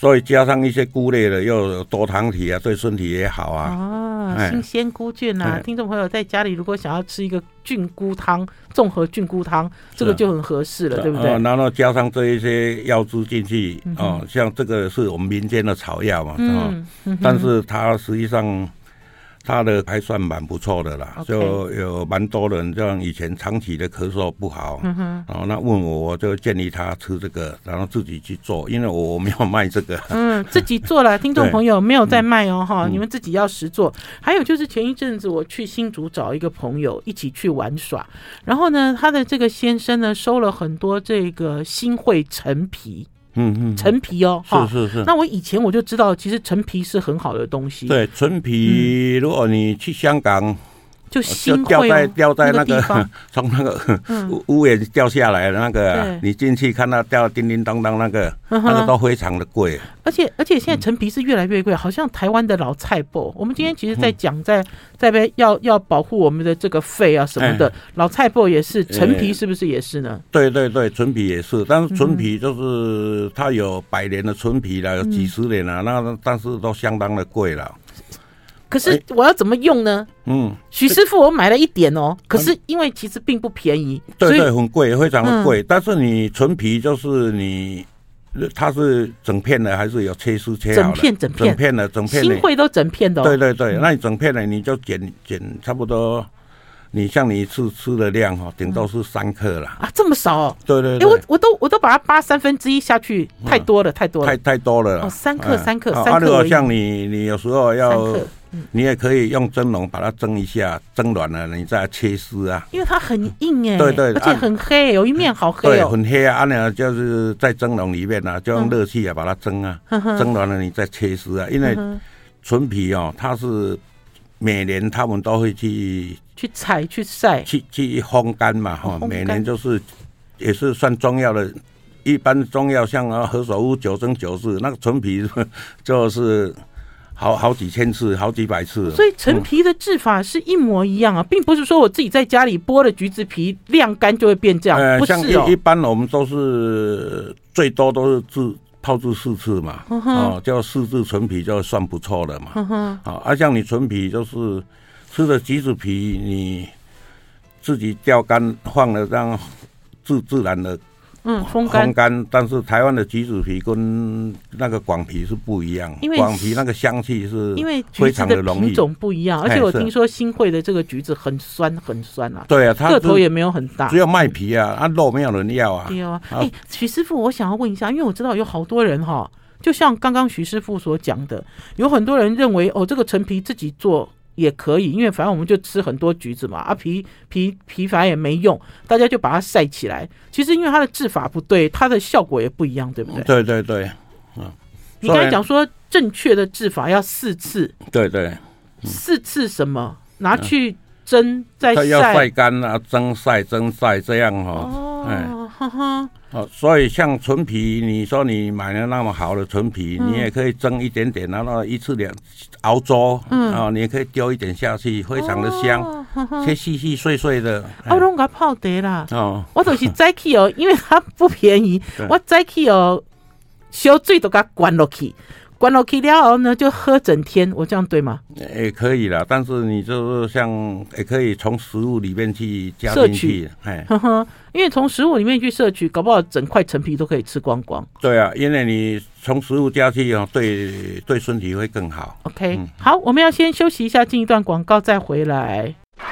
S2: 所以加上一些菇类的，又有多糖体啊，对身体也好啊。
S1: 哦，
S2: 哎
S1: 新鲜菇菌啊，
S2: 哎
S1: 听众朋友在家里如果想要吃一个菌菇汤，综合菌菇汤，这个就很合适了，对不对
S2: 啊？然后加上这一些药汁进去，哦，像这个是我们民间的草药嘛，啊，
S1: 嗯，嗯哼
S2: 但是它实际上。它的还算蛮不错的啦
S1: OK
S2: 就有蛮多人像以前长期的咳嗽不好，
S1: 嗯哼，
S2: 哦，那问我我就建议他吃这个，然后自己去做，因为我我没有卖这 个。
S1: 嗯，自己做了，听众朋友没有在卖哦，哈，
S2: 嗯
S1: 你们自己要实做。还有就是前一阵子我去新竹找一个朋友一起去玩耍，然后呢，他的这个先生呢收了很多这个新会陈皮，
S2: 嗯嗯，
S1: 陈皮哦，哈。
S2: 是是是。
S1: 那我以前我就知道，其实陈皮是很好的东西，，
S2: 对，陈皮，
S1: 嗯
S2: 如果你去香港，
S1: 就
S2: 就
S1: 新
S2: 掉
S1: 会、
S2: 在
S1: 哦、
S2: 掉在那
S1: 那地
S2: 个
S1: 方
S2: 从那个
S1: 嗯
S2: 屋屋檐掉下来的那个啊
S1: 对，
S2: 你进去看它掉叮叮当当那个，
S1: 嗯哼
S2: 那个都非常的贵。
S1: 而且而且现在陈皮是越来越贵，好像台湾的老菜脯。
S2: 嗯
S1: 我们今天其实在讲在在被要要保护我们的这个肺啊什么的，
S2: 哎
S1: 老菜脯也是，陈皮是不是也是呢？
S2: 对对对，陈皮也是，但是
S1: 嗯
S2: 陈皮就是它有百年的陈皮啦，有几十年啦，那但是都相当的贵了。
S1: 可
S2: 哎
S1: 是我要怎么用呢？
S2: 嗯，
S1: 许师傅，我买了一点哦，可是因为其实并不便宜，所
S2: 哎对
S1: 以嗯
S2: 对，很贵，非常的贵。但是你纯皮就是你，它是整片的还是有切丝切好的？
S1: 整片整片
S2: 整片的整片
S1: 新
S2: 的。
S1: 会都整片的、哦。
S2: 对对对，那你整片的你就减减差不多，你像你一次吃的量哈，顶多
S1: 嗯
S2: 是三克啦。
S1: 啊，这么少哦！
S2: 对对
S1: 哎，我
S2: 对，嗯
S1: 我都我都把它扒三分之一下去，太多了，太多
S2: 太
S1: 了。
S2: 太多了啦。
S1: 哦三克
S2: 哎
S1: 三克
S2: 哦
S1: 三
S2: 啊，
S1: 克
S2: 如果
S1: 而已
S2: 像你，你有时候
S1: 三
S2: 要
S1: 克，，嗯
S2: 你也可以用蒸笼把它蒸一下，蒸软了你再切丝啊。
S1: 因为它很硬哎，
S2: 对对
S1: 而且
S2: 啊
S1: 很黑，有一面好黑
S2: 对，
S1: 哦。
S2: 很黑啊，啊，呢就是在蒸笼里面啊，就用热气啊把它 蒸啊，
S1: 嗯哼
S2: 蒸完了你再切丝啊。因为
S1: 嗯
S2: 纯皮哦，它是每年他们都会去
S1: 去采去晒，
S2: 去去烘干嘛哈、
S1: 烘干
S2: 每年就是也是算中药的。一般中药像啊何首乌九蒸九制，那个纯皮 就是好好几千次、好几百次。
S1: 所以陈皮的制法是一模一样啊，并不是说我自己在家里剥了橘子皮晾干就会变这样，
S2: 呃，
S1: 不
S2: 像
S1: 是哦
S2: 一一。般我们都是最多都是制泡制四次嘛，哦，叫四制纯皮就算不错了嘛。
S1: 嗯哼，
S2: 啊，啊，像你纯皮就是吃的橘子皮，你自己吊干放了，让自自然的
S1: 嗯，风干
S2: 烘干。但是台湾的橘子皮跟那个广皮是不一样
S1: 因为，
S2: 广皮那个香气是
S1: 因为橘
S2: 非
S1: 子
S2: 常
S1: 的
S2: 容
S1: 品
S2: 易。
S1: 种不一样，而且
S2: 哎
S1: 我
S2: 是
S1: 听说新会的这个橘子很酸很酸啊，
S2: 对啊，它
S1: 个头
S2: 是
S1: 也没有很大
S2: 只。有麦皮啊，啊肉没有人要啊。
S1: 对啊，
S2: 啊
S1: 哎，徐师傅，我想要问一下，因为我知道有好多人哈，就像刚刚徐师傅所讲的，有很多人认为哦，这个陈皮自己做也可以，因为反正我们就吃很多橘子嘛，啊皮皮皮反正也没用，大家就把它晒起来。其实因为它的制法不对，它的效果也不一样，对不对？
S2: 嗯对对对
S1: 你刚
S2: 所
S1: 才
S2: 以
S1: 讲说正确的制法要四次，
S2: 对对，
S1: 四次什么？拿去蒸再
S2: 嗯它要晒
S1: 晒。
S2: 干啊，蒸晒蒸晒这样哈、哦。哎、
S1: 哦，哈哈，
S2: 哦，所以像纯皮，你说你买了那么好的纯皮，
S1: 嗯
S2: 你也可以蒸一点点，然后一次两熬粥，
S1: 嗯
S2: 啊、你也可以丢一点下去，非常的香，
S1: 哦，哈哈
S2: 切细细碎碎的，
S1: 啊，我拢给它泡茶啦。
S2: 哎哦，
S1: 我就是早起哦，因为它不便宜
S2: 对，
S1: 我早起哦，小水都给它灌落去，灌落去了后呢，就喝整天，我这样对吗？
S2: 也可以啦。但是你就是像也可以从食物里面去加
S1: 摄
S2: 进
S1: 取
S2: 去，哎，
S1: 呵呵，因为从食物里面去摄取，搞不好整块陈皮都可以吃光光。
S2: 对啊，因为你从食物加去哦，对对身体会更好。
S1: OK，、好，我们要先休息一下，进一段广告再回来。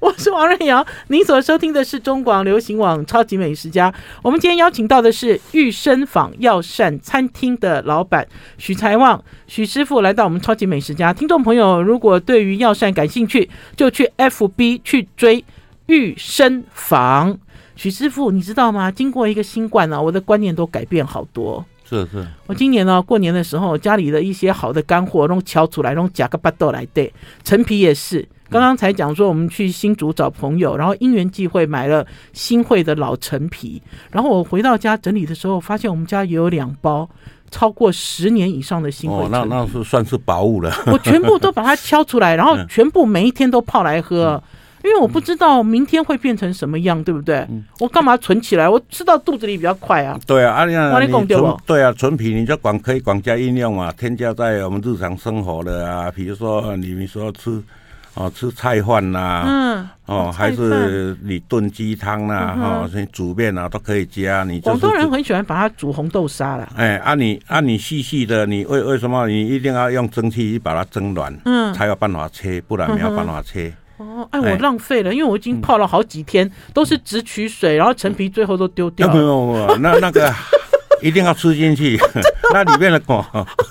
S1: 我是王瑞瑶，您所收听的是中广流行网《超级美食家》。我们今天邀请到的是玉生坊药膳餐厅的老板许才旺许师傅来到我们《超级美食家》。听众朋友，如果对于药膳感兴趣，就去 FB 去追玉生坊。许师傅，你知道吗？经过一个新冠呢、我的观念都改变好多。
S2: 是是，
S1: 我今年呢、过年的时候，家里的一些好的干货弄敲出来，弄夹个巴豆来对，陈皮也是。刚刚才讲说，我们去新竹找朋友，然后因缘际会买了新会的老陈皮，然后我回到家整理的时候，发现我们家也有两包超过十年以上的新会
S2: 哦，
S1: 陈
S2: 那
S1: 皮，
S2: 那是算是宝物了。
S1: 我全部都把它敲出来，然后全部每一天都泡来喝。因为我不知道明天会变成什么样，对不对？我干嘛存起来？我吃到肚子里比较快啊。
S2: 对啊，啊你
S1: 我跟
S2: 看你
S1: 你讲
S2: 纯
S1: 对不
S2: 对啊，纯皮你就广可以广加应用嘛，添加在我们日常生活的啊，比如说呃你们说吃哦吃菜饭呐、
S1: 嗯，
S2: 哦
S1: 菜嗯
S2: 还是你炖鸡汤呐，哈、所以煮面啊都可以加。你就
S1: 广
S2: 是
S1: 东人很喜欢把它煮红豆沙啦。
S2: 哎，啊你啊你细细的，你为为什么你一定要用蒸汽去把它蒸软，
S1: 嗯
S2: 才有办法切，不然没有办法切。
S1: 哦，哎，我
S2: 哎
S1: 浪费了，因为我已经泡了好几天，都是只取水，然后陈皮最后都丢掉
S2: 啊，不
S1: 了。
S2: 不不，那那个 一定要吃进去， 那里面的果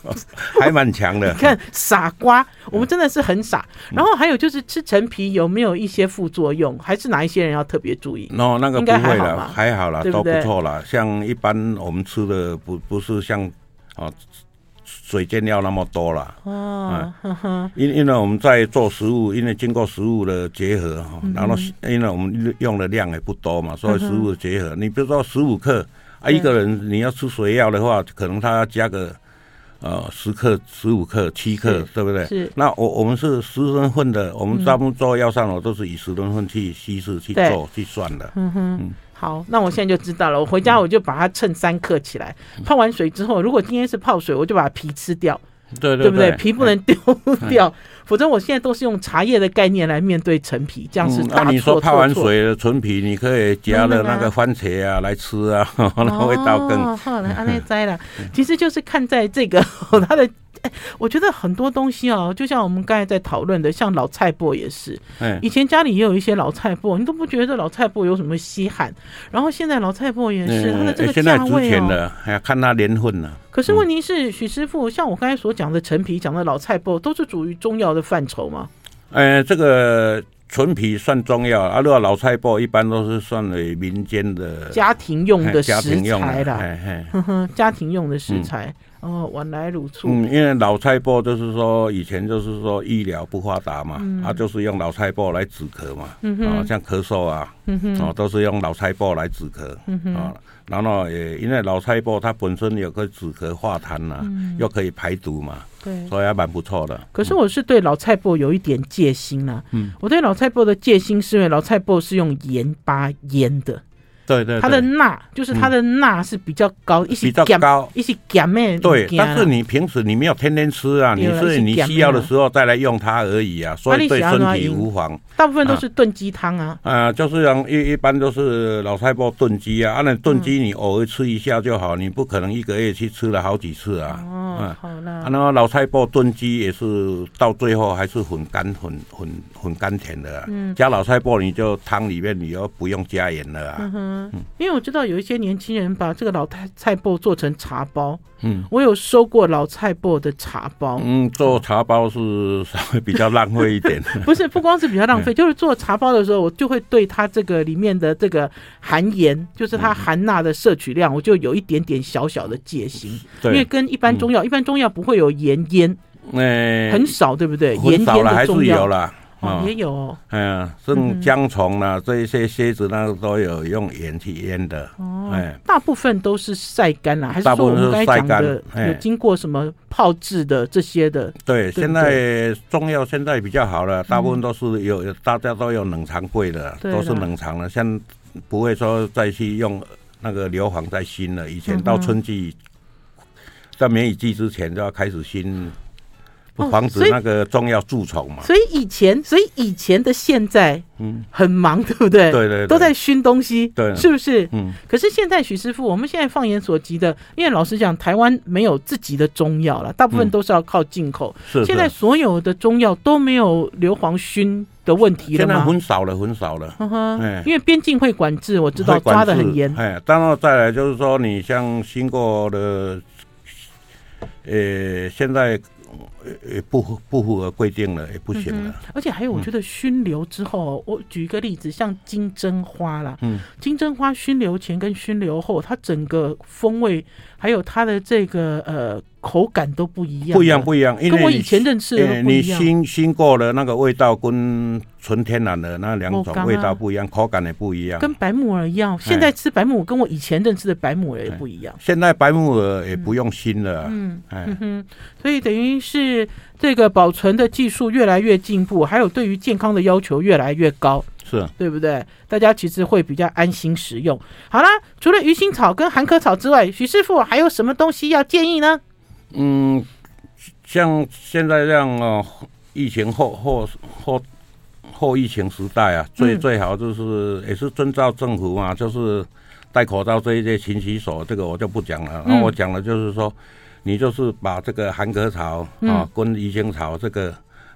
S2: 还蛮强的
S1: 你。看傻瓜，我们真的是很傻。然后还有就是吃陈皮有没有一些副作用，还是哪一些人要特别注意？
S2: no, 那个
S1: 应
S2: 不
S1: 该
S2: 会
S1: 还好
S2: 了
S1: 吧，
S2: 还好了，
S1: 对不
S2: 都不
S1: 对
S2: 错了。像一般我们吃的不不是像啊水煎料那么多了，
S1: 哦，呵呵，
S2: 因因为我们在做食物，因为经过食物的结合哈，
S1: 嗯
S2: 然后因为我们用的量也不多嘛，所以食物的结合，你比如说十五克啊，
S1: 对
S2: 一个人你要吃水药的话，可能他要加个呃十克、十五克、七克
S1: 是，
S2: 对不对？
S1: 是嗯
S2: 那我我们是十人份的，我们大部分做药膳，我都是以十人份去稀释去
S1: 对
S2: 做去算的。
S1: 嗯哼。好，那我现在就知道了。我回
S2: 嗯
S1: 家我就把它称三克起来，泡完水之后，如果今天是泡水，我就把皮吃掉，
S2: 对
S1: 对
S2: 对嗯
S1: 不对？皮不能丢掉，否则我现在都是用茶叶的概念来面对陈皮，这样是
S2: 嗯，那、
S1: 大
S2: 你
S1: 错
S2: 说泡
S1: 特
S2: 完
S1: 错。
S2: 水的纯皮，你可以加了那个番茄啊来吃啊， 那味道更嗯
S1: 哦，好了，安内摘了，其实就是看在这个 它的。哎我觉得很多东西哦，就像我们刚才在讨论的，像老菜脯也是，
S2: 哎
S1: 以前家里也有一些老菜脯，你都不觉得老菜脯有什么稀罕，然后现在老菜脯也是，它的这
S2: 哎
S1: 个
S2: 现在
S1: 价
S2: 值
S1: 位
S2: 钱
S1: 哦。
S2: 的，还要看它年份啊了。
S1: 可是问题是，许师傅，像我刚才所讲的陈皮、讲的老菜脯，都是属于中药的范畴嘛？
S2: 呃，这个纯皮算中药啊，如果老菜脯一般都是算为民间的
S1: 家庭用
S2: 哎
S1: 的
S2: 家
S1: 食
S2: 庭用
S1: 材
S2: 的，
S1: 啦，
S2: 哎哎。
S1: 呵呵，家庭用的食材。哦，碗来卤醋，
S2: 嗯，因为老菜脯就是说以前就是说医疗不发达嘛，
S1: 嗯
S2: 啊，就是用老菜脯来止咳嘛，啊，像咳嗽啊，
S1: 嗯
S2: 啊，都是用老菜脯来止咳，啊，然后也因为老菜脯它本身有个止咳化痰呐、
S1: 嗯
S2: 又可以排毒嘛，
S1: 对。
S2: 所以还蛮不错的。
S1: 可是我是对老菜脯有一点戒心啦、嗯，我对老菜脯的戒心是因为老菜脯是用盐巴腌的，
S2: 对对嗯
S1: 它的钠就是它的钠是比较高，一起
S2: 比较
S1: 咸
S2: 高
S1: 一起咸的。
S2: 对，但是你平时你没有天天吃啊，
S1: 对
S2: 你
S1: 啊
S2: 是
S1: 是
S2: 你
S1: 咸
S2: 需要
S1: 的
S2: 的时候再来用它而已啊，所
S1: 啊你
S2: 以对
S1: 是安怎
S2: 身体
S1: 用
S2: 无妨。
S1: 大部分都是炖鸡汤啊。
S2: 啊，就是讲一一般都是老菜脯炖鸡啊，啊，那炖鸡你偶尔吃一下就好，你不可能一个月去吃了好几次啊。
S1: 哦，好
S2: 啊，
S1: 啦，
S2: 那么老菜脯炖鸡也是到最后还是很甘、很很很甘甜的、啊。
S1: 嗯
S2: 加老菜脯你就汤里面你又不用加盐了
S1: 嗯
S2: 啊。
S1: 因为我知道有一些年轻人把这个老菜菜脯做成茶包，
S2: 嗯，
S1: 我有收过老菜脯的茶包。
S2: 嗯，做茶包是稍微比较浪费一 点。
S1: 不是，不光是比较 浪费，就是做茶包的时候，我就会对它这个里面的这个含盐，就是
S2: 嗯
S1: 它含钠的摄取量，我就有一点点小小的戒心，因为
S2: 嗯对，嗯
S1: 跟一般中药，一般中药不会有盐腌，
S2: 那
S1: 很少，对不对？盐
S2: 很
S1: 腌
S2: 少了还
S1: 的中
S2: 是有
S1: 药
S2: 啦。
S1: 哦
S2: 啊
S1: 也有哦，
S2: 嗯，像姜虫啦、这一些蝎子那个都有用盐去腌的。哦，哎，
S1: 大部分都是晒干啦，还是
S2: 大
S1: 说
S2: 部
S1: 我
S2: 分
S1: 们刚才
S2: 是
S1: 讲
S2: 晒干
S1: 的
S2: 哎
S1: 有经过什么泡制的这些的？对嗯
S2: 对，现在中药现在比较好了，大部分都是有、大家都有冷藏柜的，
S1: 对啦
S2: 都是冷藏的，像不会说再去用那个硫磺再熏了。以前
S1: 嗯
S2: 到春季，在梅雨季之前就要开始熏，
S1: 哦
S2: 防
S1: 所
S2: 止
S1: 以
S2: 那个中药蛀虫嘛。
S1: 所以以前，所以以前的现在，嗯，很忙， 对不对？
S2: 对对对
S1: 都在熏东西，
S2: 对
S1: 是不是？
S2: 嗯，
S1: 可是现在许师傅，我们现在放眼所及的，因为老实讲，台湾没有自己的中药了，大部分
S2: 嗯
S1: 都是要靠进口。
S2: 是是
S1: 现在所有的中药都没有硫磺熏的问题了
S2: 现在
S1: 吗？
S2: 很少了，很少了。
S1: 嗯哼
S2: 哎，
S1: 因为边境会管制，我知道
S2: 会管
S1: 抓的
S2: 制
S1: 很严。
S2: 哎，然后再来就是说，你像新过的，呃，现在呃不符不符合规定了，也不行
S1: 嗯
S2: 了。，
S1: 而且还有，我觉得熏流之后，我举一个例子，像金针花啦，
S2: 嗯，
S1: 金针花熏流前跟熏流后，它整个风味还有它的这个呃口感都不一样，啊
S2: 不一样，，不一样，因
S1: 跟
S2: 为
S1: 我
S2: 你
S1: 以前认识的
S2: 呃
S1: 都不
S2: 你
S1: 一样。啊
S2: 新新过的那个味道跟纯天然的那两
S1: 不一
S2: 种
S1: 样啊
S2: 味道不一样，口感也不一样。
S1: 跟白木耳一
S2: 哎
S1: 样，现在吃白木耳跟我以前认识的白木耳也不一样。
S2: 现在白木耳也不用熏了啊，
S1: 嗯
S2: 哎
S1: 嗯哼，所以等于是这个保存的技术越来越进步，还有对于健康的要求越来越高，
S2: 是啊
S1: 对不对？大家其实会比较安心食用。好啦，除了鱼腥草跟含壳草之外，许师傅还有什么东西要建议呢？
S2: 嗯，像现在这样哦，疫情后后后后疫情时代啊，最、
S1: 嗯
S2: 最好就是也是遵照政府嘛，就是戴口罩这一些勤洗手，这个我就不讲了。那、
S1: 嗯
S2: 我讲的就是说，你就是把这个含壳草啊
S1: 嗯、
S2: 跟鱼腥草这个。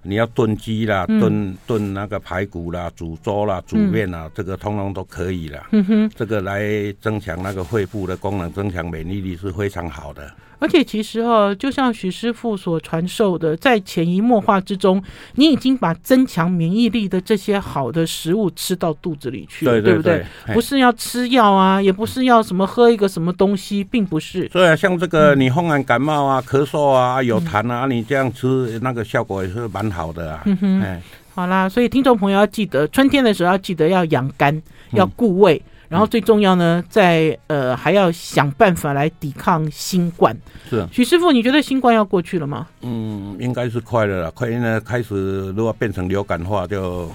S2: 你要炖鸡啦，
S1: 嗯
S2: 炖炖那个排骨啦，煮粥啦，煮面啦，这个通通都可以啦。
S1: 嗯哼，
S2: 这个来增强那个肺部的功能，增强免疫力是非常好的。
S1: 而且其实哦，就像许师傅所传授的，在潜移默化之中，你已经把增强免疫力的这些好的食物吃到肚子里去了，
S2: 对
S1: 不对
S2: 对？，嘿
S1: 不是要吃药啊，也不是要什么喝一个什么东西，并不是。
S2: 对啊，像这个你风寒感冒啊、咳嗽啊、有痰啊，你这样吃那个效果也是蛮好的啊。
S1: 嗯哼，
S2: 哎，
S1: 好啦，所以听众朋友要记得，春天的时候要记得要养肝，
S2: 嗯
S1: 要固胃，然后最重要呢，在呃还要想办法来抵抗新冠。
S2: 是，
S1: 许师傅，你觉得新冠要过去了吗？
S2: 嗯，应该是快了啦，快因为开始如果变成流感化就。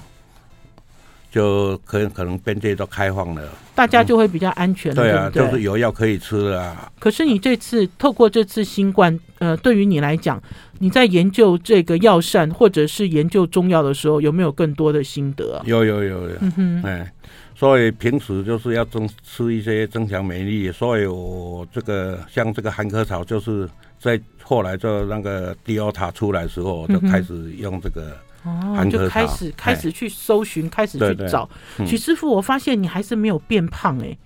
S2: 就可能可能边界都开放了，
S1: 大家就会比较安全了，
S2: 对啊，
S1: 对不对？
S2: 就是有药可以吃了啊。
S1: 可是你这次透过这次新冠，呃，对于你来讲，你在研究这个药膳或者是研究中药的时候，有没有更多的心得啊、
S2: 有有有有，
S1: 嗯哼，
S2: 哎，所以平时就是要增吃一些增强免疫力，所以我这个像这个含壳草，就是在后来就那个第二塔出来的时候，我就
S1: 嗯哼
S2: 开始用这个
S1: 哦，
S2: 含
S1: 就
S2: 壳
S1: 开
S2: 草
S1: 始
S2: 哎
S1: 开始去搜寻，开始
S2: 对
S1: 去
S2: 对
S1: 找。
S2: 嗯
S1: 许师傅，我发现你还是没有变胖哎、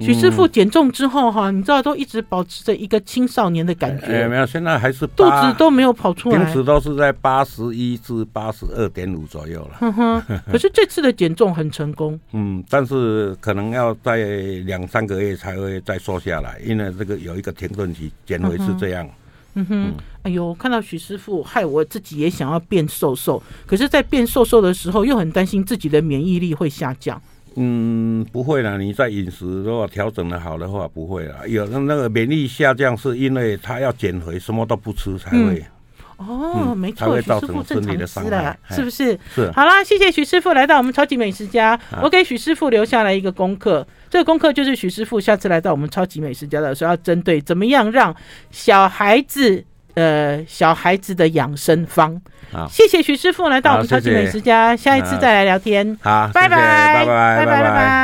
S1: 许
S2: 嗯
S1: 师傅减重之后哈，你知道都一直保持着一个青少年的感
S2: 哎、
S1: 觉，
S2: 没有，现在还是
S1: 肚
S2: 八
S1: 子都没有跑出
S2: 平
S1: 来
S2: 时。都是在八十一至八十二点五左右了。
S1: 哼哼，可是这次的减重很成功，
S2: 嗯，但是可能要在两三个月才会再瘦下来，因为这个有一个停顿期，减回是这样。
S1: 嗯哼，哎呦，看到许师傅，害我自己也想要变瘦瘦，可是，在变瘦瘦的时候，又很担心自己的免疫力会下降。
S2: 嗯不会啦，你在饮食如果调整的好的话，不会啦。有的那个免疫下降，是因为他要减肥，什么都不吃才会、
S1: 嗯哦，
S2: 嗯
S1: 没
S2: 才
S1: 错，
S2: 会
S1: 许师
S2: 造
S1: 傅
S2: 成
S1: 正
S2: 身体
S1: 常
S2: 的
S1: 吃
S2: 伤害
S1: 了，
S2: 哎
S1: 是不是？
S2: 是。
S1: 好啦，谢谢许师傅来到我们超级美食家。
S2: 啊
S1: 我给许师傅留下来一个功课，这个功课就是许师傅下次来到我们超级美食家的时候，要针对怎么样让小孩子。呃，小孩子的养生方
S2: 好。
S1: 谢谢许师傅来到我们
S2: 好
S1: 超级
S2: 谢谢
S1: 美食家，下一次
S2: 好
S1: 再来聊天。
S2: 好，
S1: 拜
S2: 谢谢
S1: 拜，拜
S2: 拜拜，
S1: 拜，拜。